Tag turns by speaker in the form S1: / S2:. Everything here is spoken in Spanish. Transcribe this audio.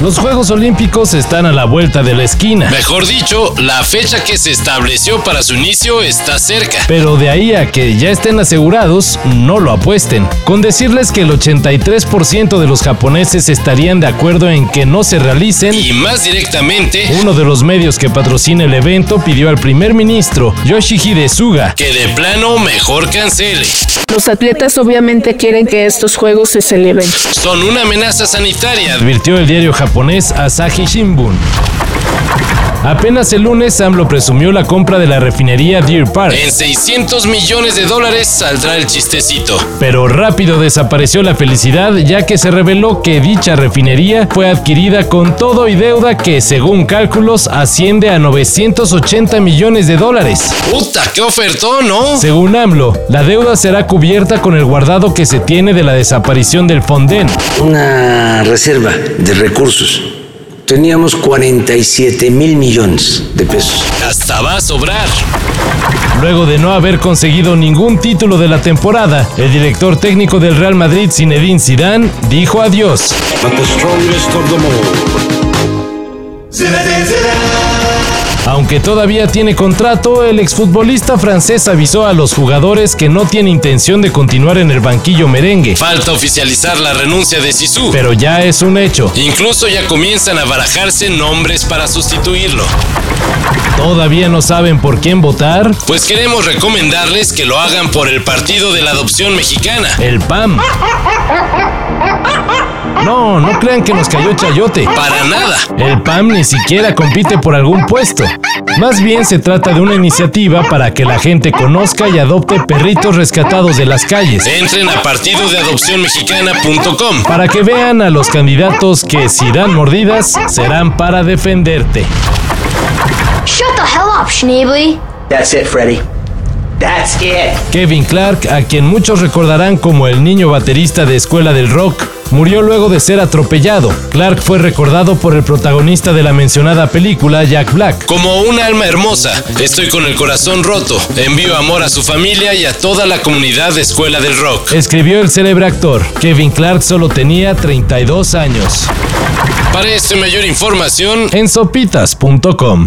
S1: Los Juegos Olímpicos están a la vuelta de la esquina,
S2: Mejor dicho, la fecha que se estableció para su inicio está cerca.
S1: pero de ahí a que ya estén asegurados, no lo apuesten. Con decirles que el 83% de los japoneses estarían de acuerdo en que no se realicen,
S2: Y más directamente,
S1: uno de los medios que patrocina el evento pidió al primer ministro, Yoshihide Suga,
S2: que de plano mejor cancele.
S3: Los atletas obviamente quieren que estos juegos se celebren.
S2: Son una amenaza sanitaria.
S1: advirtió el diario japonés Asahi Shimbun. Apenas el lunes, AMLO presumió la compra de la refinería Deer Park.
S2: En 600 millones de dólares saldrá el chistecito.
S1: Pero rápido desapareció la felicidad ya que se reveló que dicha refinería fue adquirida con todo y deuda que según cálculos asciende a 980 millones de dólares.
S2: Puta, qué ofertón, ¿no?
S1: Según AMLO, la deuda será cubierta con el guardado que se tiene de la desaparición del Fonden.
S4: una reserva de recursos. Teníamos 47 mil millones de pesos.
S2: Hasta va a sobrar.
S1: Luego de no haber conseguido ningún título de la temporada, el director técnico del Real Madrid Zinedine Zidane dijo adiós. Aunque todavía tiene contrato, el exfutbolista francés avisó a los jugadores que no tiene intención de continuar en el banquillo merengue,
S2: Falta oficializar la renuncia de Sisu.
S1: pero ya es un hecho.
S2: Incluso ya comienzan a barajarse nombres para sustituirlo.
S1: Todavía no saben por quién votar.
S2: Pues queremos recomendarles que lo hagan por el partido de la adopción mexicana.
S1: El PAM. No, no crean que nos cayó chayote.
S2: Para nada.
S1: El PAM ni siquiera compite por algún puesto. Más bien se trata de una iniciativa para que la gente conozca y adopte perritos rescatados de las calles.
S2: Entren a partido de adopción mexicana.com.
S1: Para que vean a los candidatos que si dan mordidas serán para defenderte.
S5: Shut the hell up, Schneebly.
S4: That's it, Freddy. That's it.
S1: Kevin Clark, a quien muchos recordarán como el niño baterista de Escuela del Rock, murió luego de ser atropellado. Clark fue recordado por el protagonista de la mencionada película, Jack Black.
S2: Como un alma hermosa, estoy con el corazón roto. Envío amor a su familia y a toda la comunidad de Escuela del Rock.
S1: Escribió el célebre actor. Kevin Clark solo tenía 32 años.
S2: Para esto y mayor información,
S1: En sopitas.com.